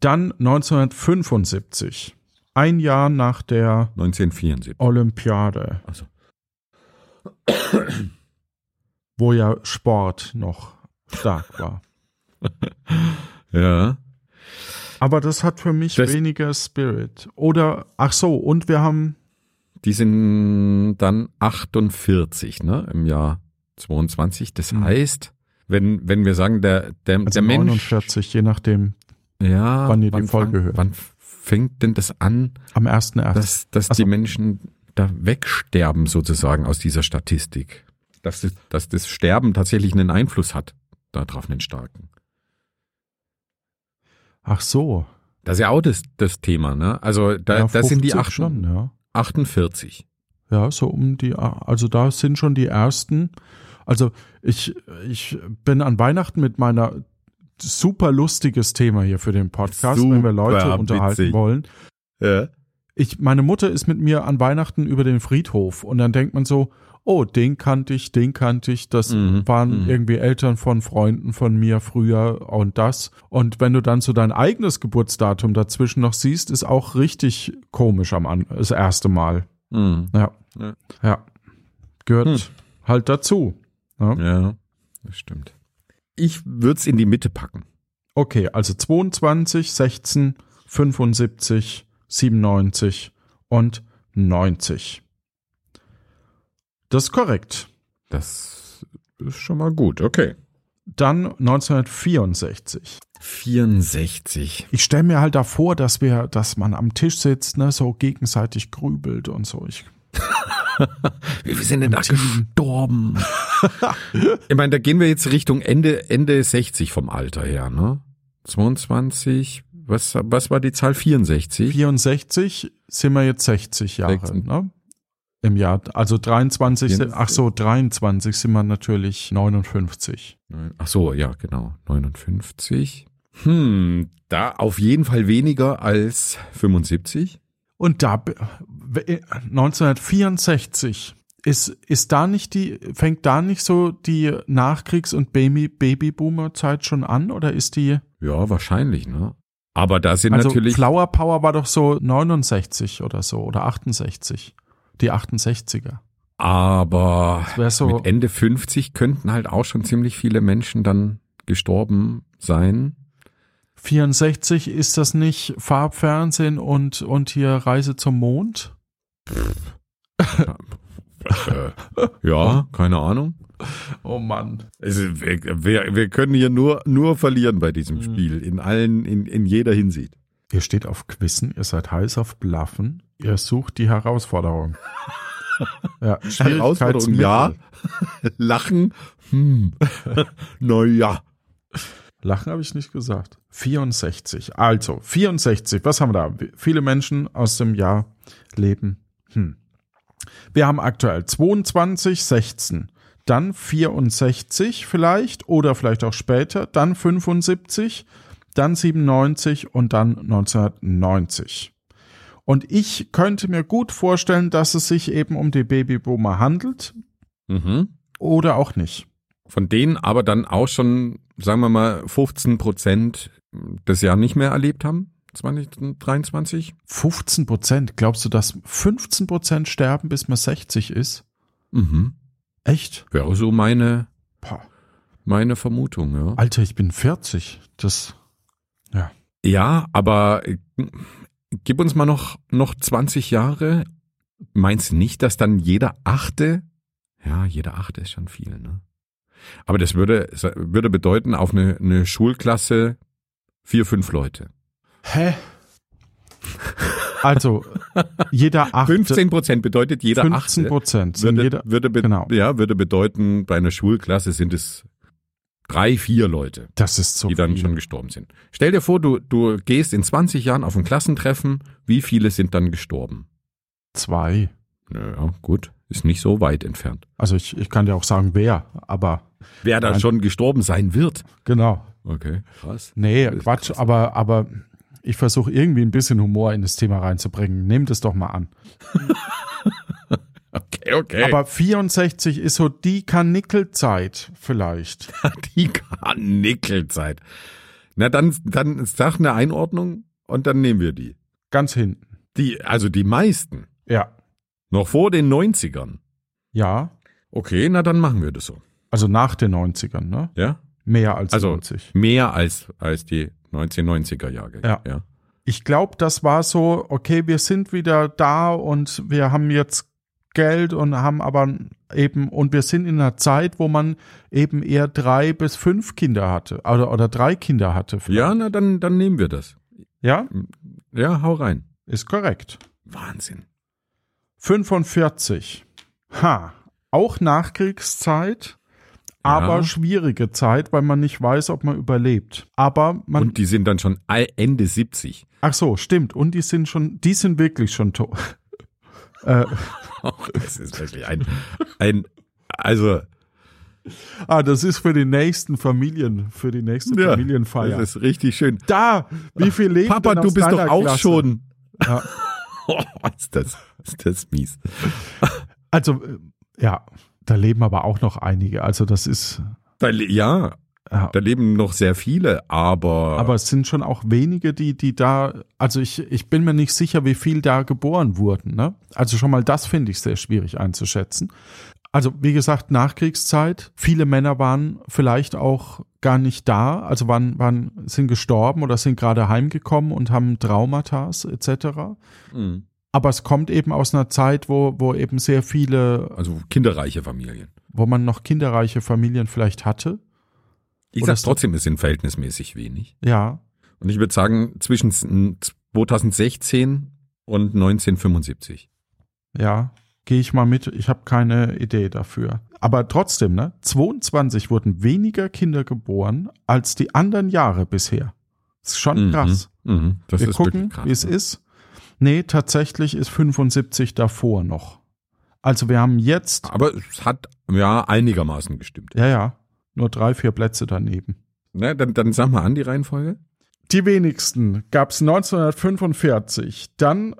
Speaker 1: Dann 1975, ein Jahr nach der
Speaker 2: 1974.
Speaker 1: Olympiade,
Speaker 2: Also,
Speaker 1: wo ja Sport noch stark war.
Speaker 2: ja.
Speaker 1: Aber das hat für mich
Speaker 2: Das-
Speaker 1: weniger Spirit. Oder, ach so, und wir haben,
Speaker 2: Die sind dann 48, ne? Im Jahr 22. Das
Speaker 1: Mhm.
Speaker 2: heißt, wenn, wenn wir sagen, der, der,
Speaker 1: also
Speaker 2: der Mensch.
Speaker 1: 49, je nachdem,
Speaker 2: Ja,
Speaker 1: Wann ihr die Folge
Speaker 2: fang-
Speaker 1: hört.
Speaker 2: Wann fängt denn das an,
Speaker 1: am 1.1.
Speaker 2: dass, dass die Menschen da wegsterben sozusagen aus dieser Statistik? Dass, das- dass das Sterben tatsächlich einen Einfluss hat darauf, einen starken.
Speaker 1: Ach so,
Speaker 2: Das ist ja auch das, das Thema, ne? Also da,
Speaker 1: ja,
Speaker 2: das sind die
Speaker 1: 50
Speaker 2: acht,
Speaker 1: schon, ne? ja.
Speaker 2: 48.
Speaker 1: Ja, so um die, also da sind schon die ersten. Also ich, ich bin an Weihnachten mit meiner super lustiges Thema hier für den Podcast, wenn wir
Speaker 2: Super
Speaker 1: Leute unterhalten
Speaker 2: witzig.
Speaker 1: wollen.
Speaker 2: Ja.
Speaker 1: Ich, meine Mutter ist mit mir an Weihnachten über den Friedhof und dann denkt man so, oh, den kannte ich, den kannte ich, das
Speaker 2: Mhm,
Speaker 1: waren
Speaker 2: mhm.
Speaker 1: irgendwie Eltern von Freunden von mir früher und das. Und wenn du dann so dein eigenes Geburtsdatum dazwischen noch siehst, ist auch richtig komisch am an, das erste Mal.
Speaker 2: Mhm.
Speaker 1: Ja.
Speaker 2: Ja.
Speaker 1: Ja. Gehört
Speaker 2: Hm.
Speaker 1: halt dazu. Ja.
Speaker 2: ja, das stimmt. Ich würde es in die Mitte packen.
Speaker 1: Okay, also 22, 16, 75, 97 und 90. Das ist korrekt.
Speaker 2: Das ist schon mal gut, okay.
Speaker 1: Dann 1964.
Speaker 2: 64.
Speaker 1: Ich stelle mir halt davor, dass wir, dass man am Tisch sitzt, ne, so gegenseitig grübelt und so. Ich,
Speaker 2: Wie sind denn da gestorben? ich meine, da gehen wir jetzt Richtung Ende, Ende 60 vom Alter her, ne? 22, was, was war die Zahl? 64?
Speaker 1: 64 sind wir jetzt 60 Jahre,
Speaker 2: Sechzehn.
Speaker 1: ne? Im Jahr, also 23, sind- ach so, 23 sind wir natürlich 59.
Speaker 2: Neun- Ach so, ja, genau. 59. Hm, da auf jeden Fall weniger als 75.
Speaker 1: Und da be- w- 1964 ist, ist da nicht die, fängt da nicht so die Nachkriegs- und Baby, Babyboomer-Zeit schon an oder ist die,
Speaker 2: Ja, wahrscheinlich, ne? Aber da sind
Speaker 1: also
Speaker 2: natürlich.
Speaker 1: Flower Power war doch so 69 oder so oder 68. Die 68er.
Speaker 2: Aber
Speaker 1: Wäre so,
Speaker 2: mit Ende 50 könnten halt auch schon ziemlich viele Menschen dann gestorben sein.
Speaker 1: 64 ist das nicht Farbfernsehen und, und hier Reise zum Mond?
Speaker 2: Äh, ja, keine Ahnung.
Speaker 1: Oh Mann.
Speaker 2: Also, wir, wir, wir können hier nur, nur verlieren bei diesem Spiel. In allen, in, in jeder Hinsicht.
Speaker 1: Ihr steht auf Quissen, ihr seid heiß auf Blaffen, ihr sucht die Herausforderung. ja,
Speaker 2: Herausforderung,
Speaker 1: Schwierigkeitsmittel.
Speaker 2: ja. Lachen, hm. naja.
Speaker 1: Lachen habe ich nicht gesagt. 64. Also, 64. Was haben wir da? Viele Menschen aus dem Jahr leben. Hm. Wir haben aktuell 22, 16. Dann 64 vielleicht oder vielleicht auch später. Dann 75. Dann 97 und dann 1990. Und ich könnte mir gut vorstellen, dass es sich eben um die Babyboomer handelt
Speaker 2: Mhm.
Speaker 1: oder auch nicht.
Speaker 2: Von denen aber dann auch schon, sagen wir mal, 15 Prozent das Jahr nicht mehr erlebt haben, 2023.
Speaker 1: 15 Prozent. Glaubst du, dass 15 Prozent sterben, bis man 60 ist?
Speaker 2: Mhm.
Speaker 1: Echt?
Speaker 2: Wäre so meine,
Speaker 1: Boah.
Speaker 2: meine Vermutung, ja.
Speaker 1: Alter, ich bin 40. Das.
Speaker 2: Ja, aber äh, gib uns mal noch, noch 20 Jahre. Meinst du nicht, dass dann jeder Achte, ja, jeder Achte ist schon viel, ne? Aber das würde, es würde bedeuten, auf eine, eine Schulklasse vier, fünf Leute.
Speaker 1: Hä? Also, jeder achte.
Speaker 2: 15 Prozent bedeutet jeder
Speaker 1: 15
Speaker 2: Achte.
Speaker 1: Prozent. sind
Speaker 2: Würde,
Speaker 1: jeder,
Speaker 2: würde, be
Speaker 1: genau.
Speaker 2: ja, würde bedeuten, bei einer Schulklasse sind es drei, vier Leute.
Speaker 1: das ist so
Speaker 2: die dann
Speaker 1: viel.
Speaker 2: schon gestorben sind. Stell dir vor, du, du gehst in 20 Jahren auf ein Klassentreffen, wie viele sind dann gestorben?
Speaker 1: Zwei.
Speaker 2: Naja, gut, ist nicht so weit entfernt.
Speaker 1: Also, ich, ich kann dir auch sagen, wer, aber
Speaker 2: Wer da
Speaker 1: Nein.
Speaker 2: schon gestorben sein wird.
Speaker 1: genau.
Speaker 2: Okay, krass.
Speaker 1: Nee,
Speaker 2: Das ist
Speaker 1: Quatsch, aber, aber ich versuche irgendwie ein bisschen Humor in das Thema reinzubringen. Nehmt es doch mal an.
Speaker 2: Okay, okay. Aber
Speaker 1: Aber 64 ist so die Karnickelzeit vielleicht.
Speaker 2: die Karnickelzeit. Na, dann, dann sag eine Einordnung und dann nehmen wir die.
Speaker 1: Ganz hinten.
Speaker 2: Die, also die meisten.
Speaker 1: Ja.
Speaker 2: Noch vor den 90ern.
Speaker 1: Ja.
Speaker 2: Okay, na dann machen wir das so.
Speaker 1: Also nach den 90ern, ne?
Speaker 2: Ja?
Speaker 1: Mehr als
Speaker 2: Also
Speaker 1: 90.
Speaker 2: mehr als, als die 1990er Jahre.
Speaker 1: Ja.
Speaker 2: ja.
Speaker 1: Ich glaube, das war so, okay, wir sind wieder da und wir haben jetzt Geld und haben aber eben, und wir sind in einer Zeit, wo man eben eher drei bis fünf Kinder hatte oder, oder drei Kinder hatte.
Speaker 2: Ja,
Speaker 1: vielleicht.
Speaker 2: na dann, dann nehmen wir das.
Speaker 1: Ja,
Speaker 2: Ja, hau rein.
Speaker 1: ist korrekt.
Speaker 2: Wahnsinn.
Speaker 1: 45. Ha, auch Nachkriegszeit, aber
Speaker 2: Ja.
Speaker 1: schwierige Zeit, weil man nicht weiß, ob man überlebt. Aber man,
Speaker 2: Und die sind dann schon all- Ende 70.
Speaker 1: ach so, stimmt. Und die sind schon, die sind wirklich schon tot. äh,
Speaker 2: Auch das ist wirklich ein, ein also
Speaker 1: ah, das ist für die nächsten Familien, für die nächste
Speaker 2: ja,
Speaker 1: Familienfeier.
Speaker 2: Das ist richtig schön.
Speaker 1: da, wie viel leben
Speaker 2: Papa,
Speaker 1: denn
Speaker 2: du
Speaker 1: aus
Speaker 2: bist doch
Speaker 1: deiner
Speaker 2: auch
Speaker 1: Klasse?
Speaker 2: schon.
Speaker 1: Ja.
Speaker 2: oh, ist das, ist das mies.
Speaker 1: Also äh, ja, da leben aber auch noch einige. Also das ist,
Speaker 2: Da, le- ja,
Speaker 1: ja,
Speaker 2: da leben noch sehr viele, aber,
Speaker 1: Aber es sind schon auch wenige, die, die da, also ich, ich bin mir nicht sicher, wie viel da geboren wurden. Ne? Also schon mal das finde ich sehr schwierig einzuschätzen. Also wie gesagt, Nachkriegszeit, viele Männer waren vielleicht auch gar nicht da, also waren, waren, sind gestorben oder sind gerade heimgekommen und haben Traumata etc.
Speaker 2: Mhm.
Speaker 1: Aber es kommt eben aus einer Zeit, wo, wo eben sehr viele,
Speaker 2: also kinderreiche Familien.
Speaker 1: wo man noch kinderreiche Familien vielleicht hatte.
Speaker 2: Ich
Speaker 1: Oder
Speaker 2: sag
Speaker 1: so-
Speaker 2: trotzdem, es sind verhältnismäßig wenig.
Speaker 1: Ja,
Speaker 2: Und ich würde sagen, zwischen 2016 und 1975.
Speaker 1: Ja, gehe ich mal mit. Ich habe keine Idee dafür. Aber trotzdem, ne? 22 wurden weniger Kinder geboren als die anderen Jahre bisher. Ist schon Ah, krass.
Speaker 2: Mhm. Mhm. Das
Speaker 1: Wir
Speaker 2: ist
Speaker 1: gucken,
Speaker 2: wirklich krass.
Speaker 1: wie es
Speaker 2: ne?
Speaker 1: ist. Nee, tatsächlich ist 75 davor noch. Also wir haben jetzt,
Speaker 2: Aber es hat ja einigermaßen gestimmt.
Speaker 1: ja, ja, nur drei, vier Plätze daneben.
Speaker 2: Ne, dann, dann sag mal an die Reihenfolge.
Speaker 1: Die wenigsten gab es 1945, dann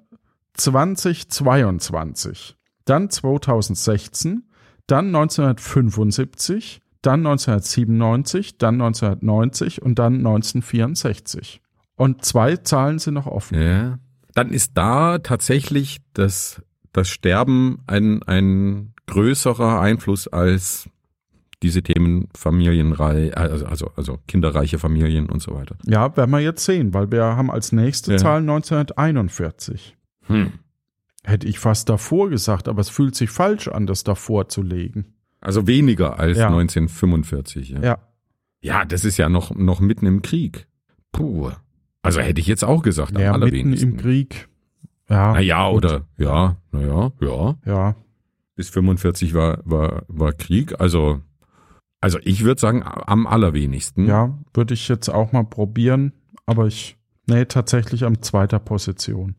Speaker 1: 2022, dann 2016, dann 1975, dann 1997, dann 1990 und dann 1964. Und zwei Zahlen sind noch offen.
Speaker 2: Ja. Dann ist da tatsächlich das, das Sterben ein, ein größerer Einfluss als diese Themen Familienrei, also, also, also kinderreiche Familien und so weiter.
Speaker 1: Ja, werden wir jetzt sehen, weil wir haben als nächste
Speaker 2: Ja.
Speaker 1: Zahl 1941.
Speaker 2: Hm.
Speaker 1: Hätte ich fast davor gesagt, aber es fühlt sich falsch an, das davor zu legen.
Speaker 2: Also weniger als
Speaker 1: Ja.
Speaker 2: 1945. Ja.
Speaker 1: Ja,
Speaker 2: ja, das ist ja noch, noch mitten im Krieg. Puh. Also hätte ich jetzt auch gesagt, am
Speaker 1: ja mitten
Speaker 2: allerwenigsten.
Speaker 1: im Krieg. Ja,
Speaker 2: Naja,
Speaker 1: gut.
Speaker 2: oder ja, naja, ja.
Speaker 1: Ja,
Speaker 2: bis 45 war, war, war Krieg. Also, also ich würde sagen, am allerwenigsten.
Speaker 1: Ja, würde ich jetzt auch mal probieren, aber ich, nee, tatsächlich am zweiter Position.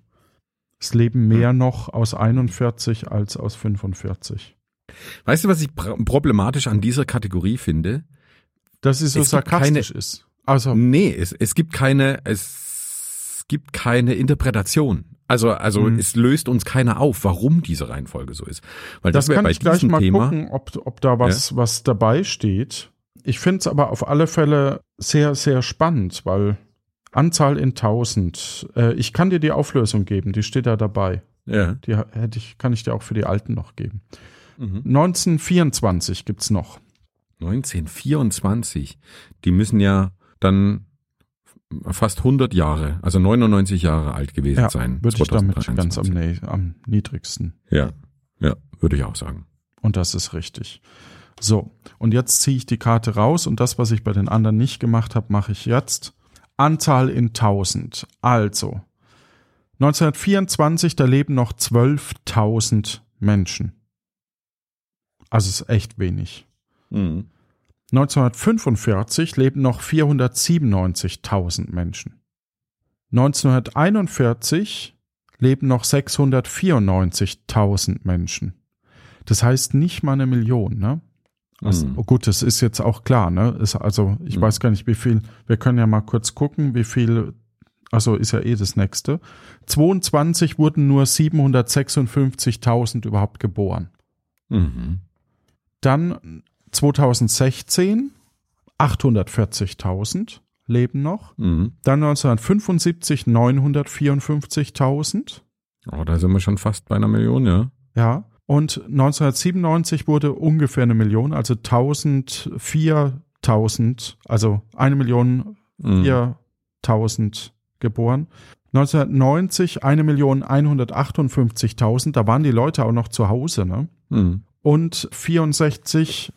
Speaker 1: Es
Speaker 2: Hm.
Speaker 1: leben mehr noch aus 41 als aus 45.
Speaker 2: Weißt du, was ich pr- problematisch an dieser Kategorie finde?
Speaker 1: Dass sie so
Speaker 2: Es gibt Hm,
Speaker 1: sarkastisch ist. Also,
Speaker 2: Nee, es, es gibt keine, es gibt keine Interpretation. Also, also
Speaker 1: Mhm.
Speaker 2: es löst uns keiner auf, warum diese Reihenfolge so ist. Weil
Speaker 1: das
Speaker 2: das, wäre
Speaker 1: kann
Speaker 2: bei
Speaker 1: ich gleich
Speaker 2: diesem
Speaker 1: mal
Speaker 2: Thema.
Speaker 1: gucken, ob, ob da was, was dabei steht. Ich finde es aber auf alle Fälle sehr, sehr spannend, weil Anzahl in 1000. Äh, ich kann dir die Auflösung geben, die steht da dabei.
Speaker 2: Ja.
Speaker 1: Die ha- hätte ich, kann ich dir auch für die Alten noch geben.
Speaker 2: Mhm.
Speaker 1: 1924 gibt's noch.
Speaker 2: 1924. Die müssen ja dann fast 100 Jahre, also 99 Jahre alt gewesen
Speaker 1: Ja,
Speaker 2: sein.
Speaker 1: Würde ich damit
Speaker 2: 2023.
Speaker 1: ganz am, nä- am niedrigsten.
Speaker 2: Ja, ja, würde ich auch sagen.
Speaker 1: Und das ist richtig. So, und jetzt ziehe ich die Karte raus und das, was ich bei den anderen nicht gemacht habe, mache ich jetzt. Anzahl in 1000. Also, 1924, da leben noch 12.000 Menschen. Also ist echt wenig. Mhm. 1945 leben noch 497.000 Menschen. 1941 leben noch 694.000 Menschen. Das heißt nicht mal eine Million, ne? Also,
Speaker 2: Mhm.
Speaker 1: oh gut, das ist jetzt auch klar, ne? Ist also, ich
Speaker 2: Mhm.
Speaker 1: weiß gar nicht, wie viel. Wir können ja mal kurz gucken, wie viel. Also ist ja eh das nächste. 22 wurden nur 756.000 überhaupt geboren.
Speaker 2: Mhm.
Speaker 1: Dann 2016 840.000 leben noch.
Speaker 2: Mhm.
Speaker 1: Dann 1975 954.000.
Speaker 2: Oh, da sind wir schon fast bei einer Million, ja.
Speaker 1: Ja. Und 1997 wurde ungefähr eine Million, also 1004.000, also eine Million
Speaker 2: Mhm.
Speaker 1: 4.000 geboren. 1990 eine Million 158.000, da waren die Leute auch noch zu Hause, ne?
Speaker 2: Mhm.
Speaker 1: und 64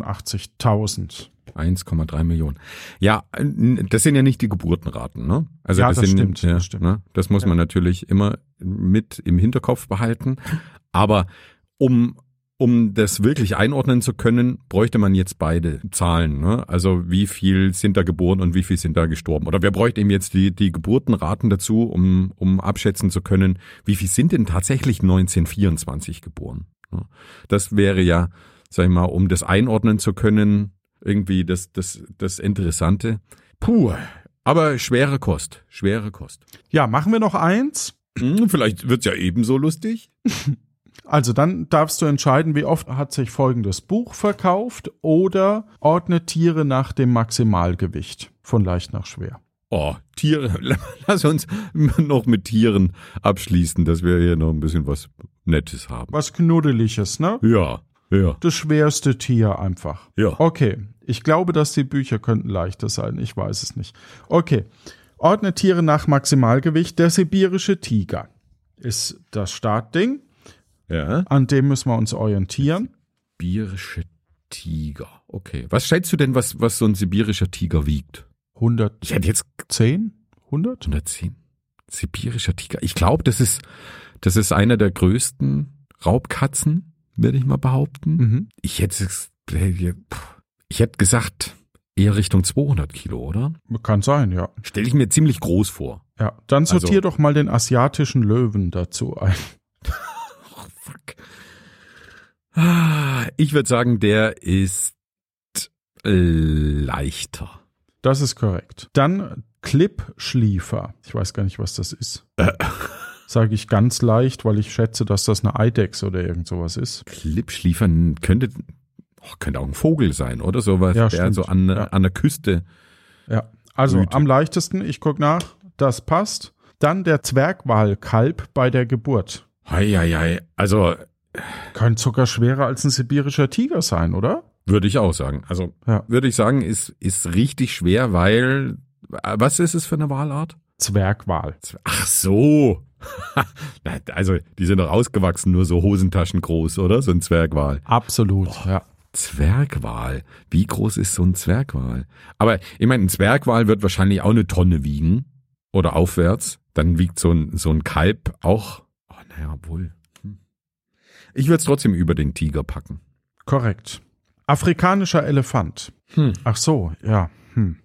Speaker 1: 1.383.000.
Speaker 2: 1,3 Millionen. Ja, n- das sind ja nicht die Geburtenraten, ne? Also
Speaker 1: Ja, das
Speaker 2: sind,
Speaker 1: stimmt,
Speaker 2: Ja,
Speaker 1: das stimmt.
Speaker 2: Ne? Das muss
Speaker 1: Ja.
Speaker 2: man natürlich immer mit im Hinterkopf behalten. Aber um um das wirklich einordnen zu können, bräuchte man jetzt beide Zahlen. Ne? Also wie viel sind da geboren und wie viel sind da gestorben? Oder wir bräuchten eben jetzt die, die Geburtenraten dazu, um, um abschätzen zu können, wie viel sind denn tatsächlich 1924 geboren? Ne? Das wäre ja, sag ich mal, um das einordnen zu können, irgendwie das, das, das Interessante. Puh, aber schwere Kost, schwere Kost.
Speaker 1: Ja, machen wir noch eins.
Speaker 2: Hm, vielleicht wird's ja ebenso lustig.
Speaker 1: Also dann darfst du entscheiden, wie oft hat sich folgendes Buch verkauft oder ordne Tiere nach dem Maximalgewicht von leicht nach schwer.
Speaker 2: Oh, Tiere. Lass uns noch mit Tieren abschließen, dass wir hier noch ein bisschen was Nettes haben.
Speaker 1: Was Knuddeliges, ne?
Speaker 2: Ja, ja,
Speaker 1: Das schwerste Tier einfach.
Speaker 2: ja.
Speaker 1: Okay, ich glaube, dass die Bücher könnten leichter sein. Ich weiß es nicht. Okay, ordne Tiere nach Maximalgewicht. Der sibirische Tiger ist das Startding.
Speaker 2: ja.
Speaker 1: An dem müssen wir uns orientieren.
Speaker 2: Sibirische Tiger. Okay. Was schätzt du denn, was, was so ein sibirischer Tiger wiegt? Ich
Speaker 1: 110?
Speaker 2: hätte jetzt
Speaker 1: 100?
Speaker 2: 110. Sibirischer Tiger. Ich glaube, das ist, das ist einer der größten Raubkatzen, würde ich mal behaupten.
Speaker 1: Mhm.
Speaker 2: Ich hätte, es- ich hätte gesagt, eher Richtung 200 Kilo, oder?
Speaker 1: Kann sein, ja.
Speaker 2: Stelle ich mir ziemlich groß vor.
Speaker 1: ja. Dann
Speaker 2: Also-
Speaker 1: sortier doch mal den asiatischen Löwen dazu ein.
Speaker 2: Oh, fuck. Ah, Ich würde sagen, der ist leichter.
Speaker 1: Das ist korrekt. Dann Klippschliefer. Ich weiß gar nicht, was das ist. Sage ich ganz leicht, weil ich schätze, dass das eine Eidechse oder irgend sowas ist.
Speaker 2: Klippschliefer könnte, oh, könnte auch ein Vogel sein, oder? So was,
Speaker 1: Ja,
Speaker 2: der
Speaker 1: stimmt.
Speaker 2: so an,
Speaker 1: Ja.
Speaker 2: an der Küste.
Speaker 1: Ja. Also
Speaker 2: Rüte.
Speaker 1: am leichtesten, ich gucke nach, das passt. Dann der Zwergwalkalb bei der Geburt.
Speaker 2: Hei, hei, hei. Also
Speaker 1: Könnte sogar schwerer als ein sibirischer Tiger sein, oder?
Speaker 2: würde ich auch sagen. Also
Speaker 1: Ja.
Speaker 2: würde ich sagen, ist, ist richtig schwer, weil äh, was ist es für eine Wahlart?
Speaker 1: Zwergwal.
Speaker 2: Ach so. Na, also die sind doch ausgewachsen, nur so Hosentaschen groß, oder? So ein Zwergwal.
Speaker 1: Absolut, ja.
Speaker 2: Zwergwal. Wie groß ist so ein Zwergwal? Aber ich meine, ein Zwergwal wird wahrscheinlich auch eine Tonne wiegen oder aufwärts. Dann wiegt so ein, so ein Kalb auch. Oh, naja, wohl. Hm. Ich würde es trotzdem über den Tiger packen.
Speaker 1: Korrekt. Afrikanischer Elefant.
Speaker 2: Hm.
Speaker 1: Ach so, ja. Hm.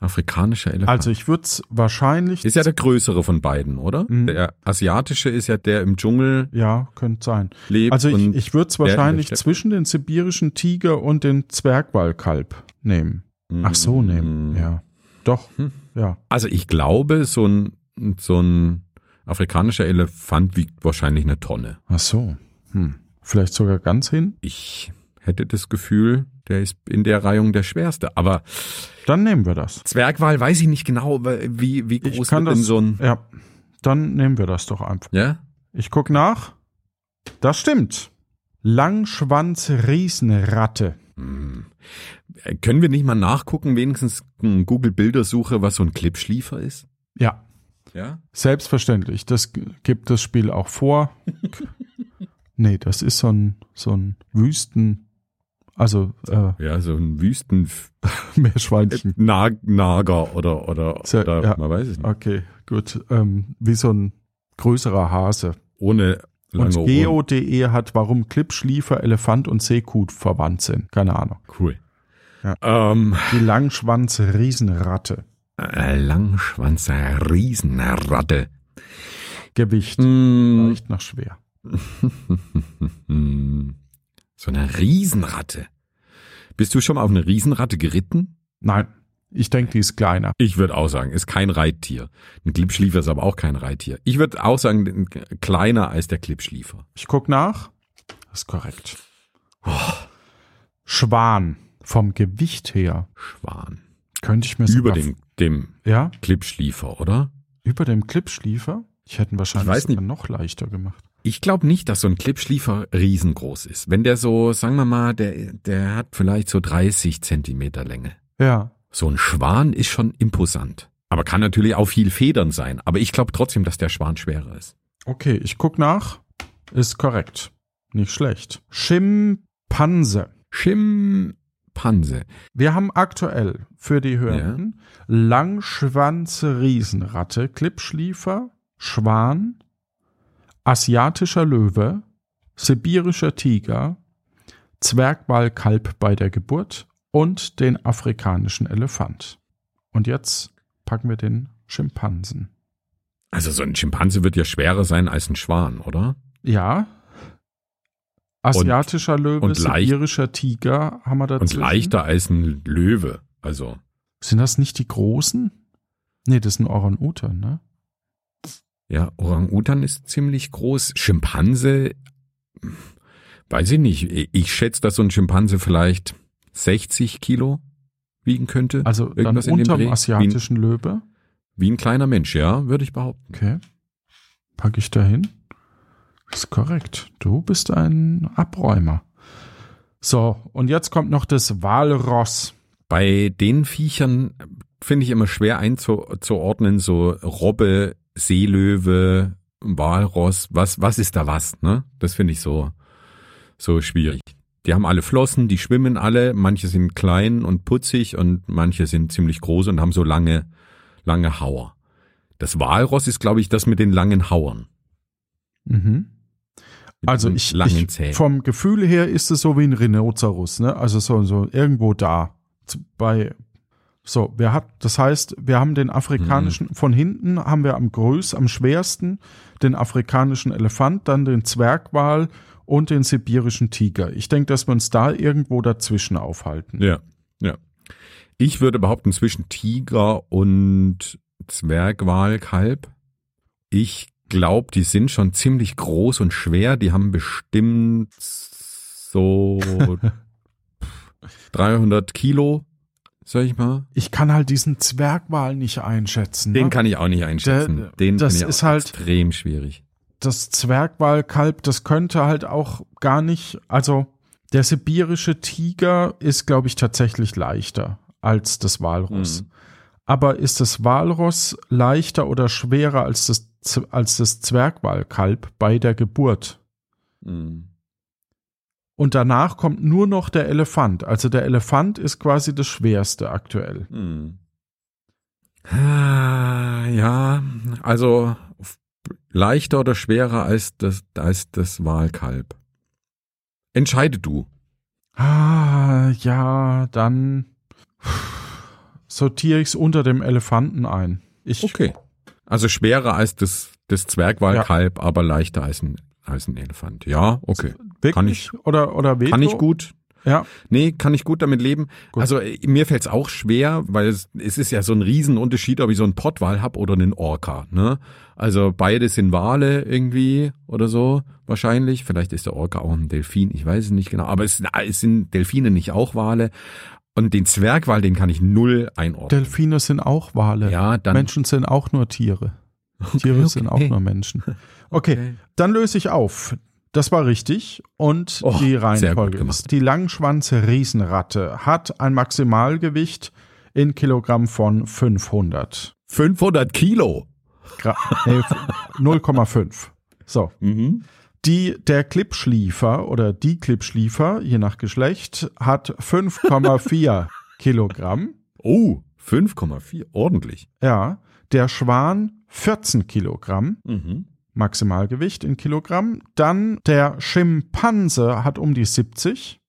Speaker 2: Afrikanischer Elefant.
Speaker 1: Also ich würde es wahrscheinlich.
Speaker 2: ist ja der größere von beiden, oder?
Speaker 1: Mhm.
Speaker 2: Der asiatische ist ja der im Dschungel
Speaker 1: ja, könnte sein.
Speaker 2: lebt.
Speaker 1: Also ich,
Speaker 2: und,
Speaker 1: ich würde es
Speaker 2: in der
Speaker 1: wahrscheinlich
Speaker 2: Steppe.
Speaker 1: zwischen den sibirischen Tiger und den Zwergwalkalb nehmen. Ach so, nehmen.
Speaker 2: Mhm.
Speaker 1: Ja. Doch.
Speaker 2: Hm.
Speaker 1: Ja.
Speaker 2: Also ich glaube, so ein, so ein afrikanischer Elefant wiegt wahrscheinlich eine Tonne.
Speaker 1: Ach so. Hm. Vielleicht sogar ganz hin.
Speaker 2: Ich hätte das Gefühl, der ist in der Reihung der schwerste. Aber
Speaker 1: Dann nehmen wir das.
Speaker 2: Zwergwal weiß ich nicht genau, wie, wie
Speaker 1: Ich
Speaker 2: groß
Speaker 1: kann
Speaker 2: wird denn
Speaker 1: das-
Speaker 2: so ein.
Speaker 1: Ja. Dann nehmen wir das doch einfach.
Speaker 2: Ja?
Speaker 1: Ich gucke nach. Das stimmt. Langschwanz-Riesenratte.
Speaker 2: Hm. Äh, Können wir nicht mal nachgucken, wenigstens in Google-Bildersuche, was so ein Clipschliefer ist?
Speaker 1: Ja.
Speaker 2: Ja?
Speaker 1: Selbstverständlich, das g- gibt das Spiel auch vor. nee, das ist so ein, so ein Wüsten, also äh,
Speaker 2: Ja, so ein Wüsten
Speaker 1: Meerschweinchen.
Speaker 2: Na- Äh, Nager oder, oder,
Speaker 1: So,
Speaker 2: oder
Speaker 1: ja.
Speaker 2: man weiß es nicht.
Speaker 1: Okay, gut. Ähm, wie so ein größerer Hase.
Speaker 2: Ohne lange
Speaker 1: und geo.de hat, warum Klippschliefer, Elefant und Seekuh verwandt sind. Keine Ahnung.
Speaker 2: Ohren. Cool.
Speaker 1: Ja.
Speaker 2: Ähm,
Speaker 1: Die Langschwanz-Riesenratte.
Speaker 2: äh, Langschwanzer Riesenratte.
Speaker 1: Gewicht.
Speaker 2: Hm,
Speaker 1: Leicht nach schwer.
Speaker 2: hm. So eine Riesenratte. Bist du schon mal auf eine Riesenratte geritten?
Speaker 1: Nein, ich denke, die ist kleiner.
Speaker 2: Ich würde auch sagen, ist kein Reittier. Ein Klippschliefer ist aber auch kein Reittier. Ich würde auch sagen, n- kleiner als der Klippschliefer.
Speaker 1: Ich guck nach. Das ist korrekt. Schwan. Vom Gewicht her
Speaker 2: Schwan.
Speaker 1: könnte ich mir sogar-
Speaker 2: Über dem, dem
Speaker 1: ja
Speaker 2: Klippschliefer, oder?
Speaker 1: über dem Klippschliefer. Ich hätte ihn wahrscheinlich
Speaker 2: Ich weiß nicht.
Speaker 1: sogar noch leichter gemacht.
Speaker 2: Ich glaube nicht, dass so ein Klippschliefer riesengroß ist. Wenn der so, sagen wir mal, der, der hat vielleicht so 30 Zentimeter Länge.
Speaker 1: Ja,
Speaker 2: So ein Schwan ist schon imposant. Aber kann natürlich auch viel Federn sein. Aber ich glaube trotzdem, dass der Schwan schwerer ist.
Speaker 1: okay, ich guck nach. Ist korrekt. Nicht schlecht. Schimpanse.
Speaker 2: Schimpanse.
Speaker 1: Wir haben aktuell für die Hörenden Langschwanze Riesenratte, Klippschliefer, Schwan, asiatischer Löwe, sibirischer Tiger, Zwergballkalb bei der Geburt und den afrikanischen Elefant. Und jetzt packen wir den Schimpansen.
Speaker 2: Also so ein Schimpanse wird ja schwerer sein als ein Schwan, oder?
Speaker 1: Ja. Asiatischer Löwe,
Speaker 2: und leicht-
Speaker 1: sibirischer Tiger haben wir
Speaker 2: Und
Speaker 1: dazwischen.
Speaker 2: leichter als ein Löwe. Also,
Speaker 1: Sind das nicht die großen? Nee, das sind Orang-Utan, ne?
Speaker 2: ja, Orang-Utan ist ziemlich groß. Schimpanse, weiß ich nicht. Ich schätze, dass so ein Schimpanse vielleicht 60 Kilo wiegen könnte.
Speaker 1: Also dann
Speaker 2: Irgendwas in dem Dreh.
Speaker 1: unterm
Speaker 2: Wie ein-
Speaker 1: asiatischen Löwe.
Speaker 2: Wie ein kleiner Mensch, ja, würde ich behaupten.
Speaker 1: Okay. Packe ich da hin. Ist korrekt. Du bist ein Abräumer. So, und jetzt kommt noch das Walross.
Speaker 2: Bei den Viechern äh, finde ich immer schwer einzuordnen, so Robbe, Seelöwe, Walross, was, was ist da was, ne? Das finde ich so, so schwierig. Die haben alle Flossen, die schwimmen alle, manche sind klein und putzig und manche sind ziemlich groß und haben so lange, lange Hauer. Das Walross ist, glaube ich, das mit den langen Hauern.
Speaker 1: Mhm.
Speaker 2: Mit
Speaker 1: Also
Speaker 2: diesen
Speaker 1: ich,
Speaker 2: langen
Speaker 1: ich
Speaker 2: Zähnen.
Speaker 1: vom Gefühl her ist es so wie ein Rhinoceros, ne? Also so, so irgendwo da. Z- Bei so, wir hat, das heißt, wir haben den afrikanischen,
Speaker 2: Mhm.
Speaker 1: von hinten haben wir am größten, am schwersten den afrikanischen Elefant, dann den Zwergwal und den sibirischen Tiger. Ich denke, dass wir uns da irgendwo dazwischen aufhalten.
Speaker 2: Ja, ja. Ich würde behaupten, zwischen Tiger und Zwergwalkalb. Ich glaube, die sind schon ziemlich groß und schwer. Die haben bestimmt so 300 Kilo, sag ich mal.
Speaker 1: Ich kann halt diesen Zwergwal nicht einschätzen.
Speaker 2: Den
Speaker 1: ne?
Speaker 2: kann ich auch nicht einschätzen.
Speaker 1: Der-
Speaker 2: Den
Speaker 1: das
Speaker 2: find ich
Speaker 1: ist
Speaker 2: auch
Speaker 1: halt-
Speaker 2: extrem schwierig.
Speaker 1: das Zwergwalkalb, das könnte halt auch gar nicht, also der sibirische Tiger ist, glaube ich, tatsächlich leichter als das Walross.
Speaker 2: Mhm.
Speaker 1: Aber ist das Walross leichter oder schwerer als das, Z- als das Zwergwalkalb bei der Geburt?
Speaker 2: Mhm.
Speaker 1: Und danach kommt nur noch der Elefant. Also der Elefant ist quasi das Schwerste aktuell.
Speaker 2: Hm. Ah, Ja, also f- leichter oder schwerer als das, als das Wahlkalb. Entscheide du.
Speaker 1: Ah, ja, dann sortiere ich es unter dem Elefanten ein. Ich
Speaker 2: Okay. Also schwerer als das, das Zwergwahlkalb, aber leichter als ein, als ein Elefant. Ja, okay.
Speaker 1: Wirklich?
Speaker 2: Kann ich-
Speaker 1: Oder, oder Veto?
Speaker 2: Kann ich gut.
Speaker 1: Ja.
Speaker 2: Nee, kann ich gut damit leben.
Speaker 1: Gut.
Speaker 2: Also äh, mir fällt's auch schwer, weil es, es ist ja so ein Riesenunterschied, ob ich so einen Pottwal hab oder einen Orca. Ne? Also beide sind Wale irgendwie oder so wahrscheinlich. Vielleicht ist der Orca auch ein Delfin, ich weiß es nicht genau. Aber es, sind- es sind Delfine nicht auch Wale. Und den Zwergwal, den kann ich null einordnen.
Speaker 1: Delfine sind auch Wale.
Speaker 2: ja, dann
Speaker 1: Menschen sind auch nur Tiere. Tiere sind auch
Speaker 2: okay.
Speaker 1: nur Menschen. Okay,
Speaker 2: Okay.
Speaker 1: dann löse ich auf. Das war richtig. Und
Speaker 2: Oh,
Speaker 1: die
Speaker 2: sehr gut
Speaker 1: Reihenfolge
Speaker 2: gemacht.
Speaker 1: ist, die Langschwanze Riesenratte hat ein Maximalgewicht in Kilogramm von 500.
Speaker 2: 500 Kilo.
Speaker 1: Gra nee, 0,5. So.
Speaker 2: Mhm.
Speaker 1: Die, der Klippschliefer oder die Klippschliefer, je nach Geschlecht, hat 5,4 Kilogramm.
Speaker 2: Oh, 5,4. Ordentlich.
Speaker 1: Ja. Der Schwan 14 Kilogramm.
Speaker 2: Mhm.
Speaker 1: Maximalgewicht in Kilogramm. Dann der Schimpanse hat um die 70.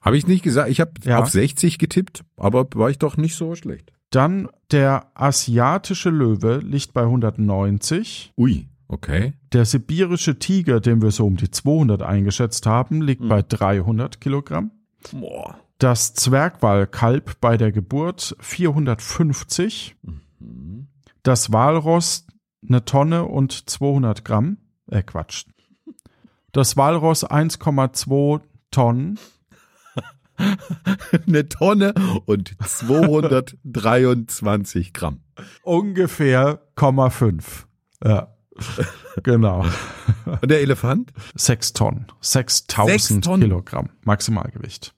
Speaker 2: Habe ich nicht gesagt. Ich habe
Speaker 1: Ja.
Speaker 2: auf 60 getippt, aber war ich doch nicht so schlecht.
Speaker 1: Dann der asiatische Löwe liegt bei 190.
Speaker 2: Ui, okay.
Speaker 1: Der sibirische Tiger, den wir so um die 200 eingeschätzt haben, liegt
Speaker 2: Mhm.
Speaker 1: bei 300 Kilogramm.
Speaker 2: Boah.
Speaker 1: Das Zwergwalkalb bei der Geburt 450.
Speaker 2: Mhm.
Speaker 1: Das Walross eine Tonne und 200 Gramm. Äh, Quatsch. Das Walross 1,2 Tonnen.
Speaker 2: Eine Tonne und 223 Gramm.
Speaker 1: ungefähr 0,5. Ja. genau.
Speaker 2: Und der Elefant?
Speaker 1: Sechs Tonnen.
Speaker 2: Sechs
Speaker 1: 6000
Speaker 2: Tonnen.
Speaker 1: Kilogramm. Maximalgewicht.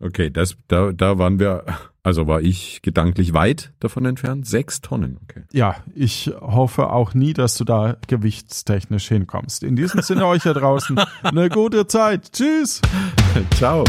Speaker 2: Okay, das, da, da waren wir, also war ich gedanklich weit davon entfernt. Sechs Tonnen, okay.
Speaker 1: Ja, ich hoffe auch nie, dass du da gewichtstechnisch hinkommst. In diesem Sinne euch da draußen eine gute Zeit. Tschüss.
Speaker 2: Ciao.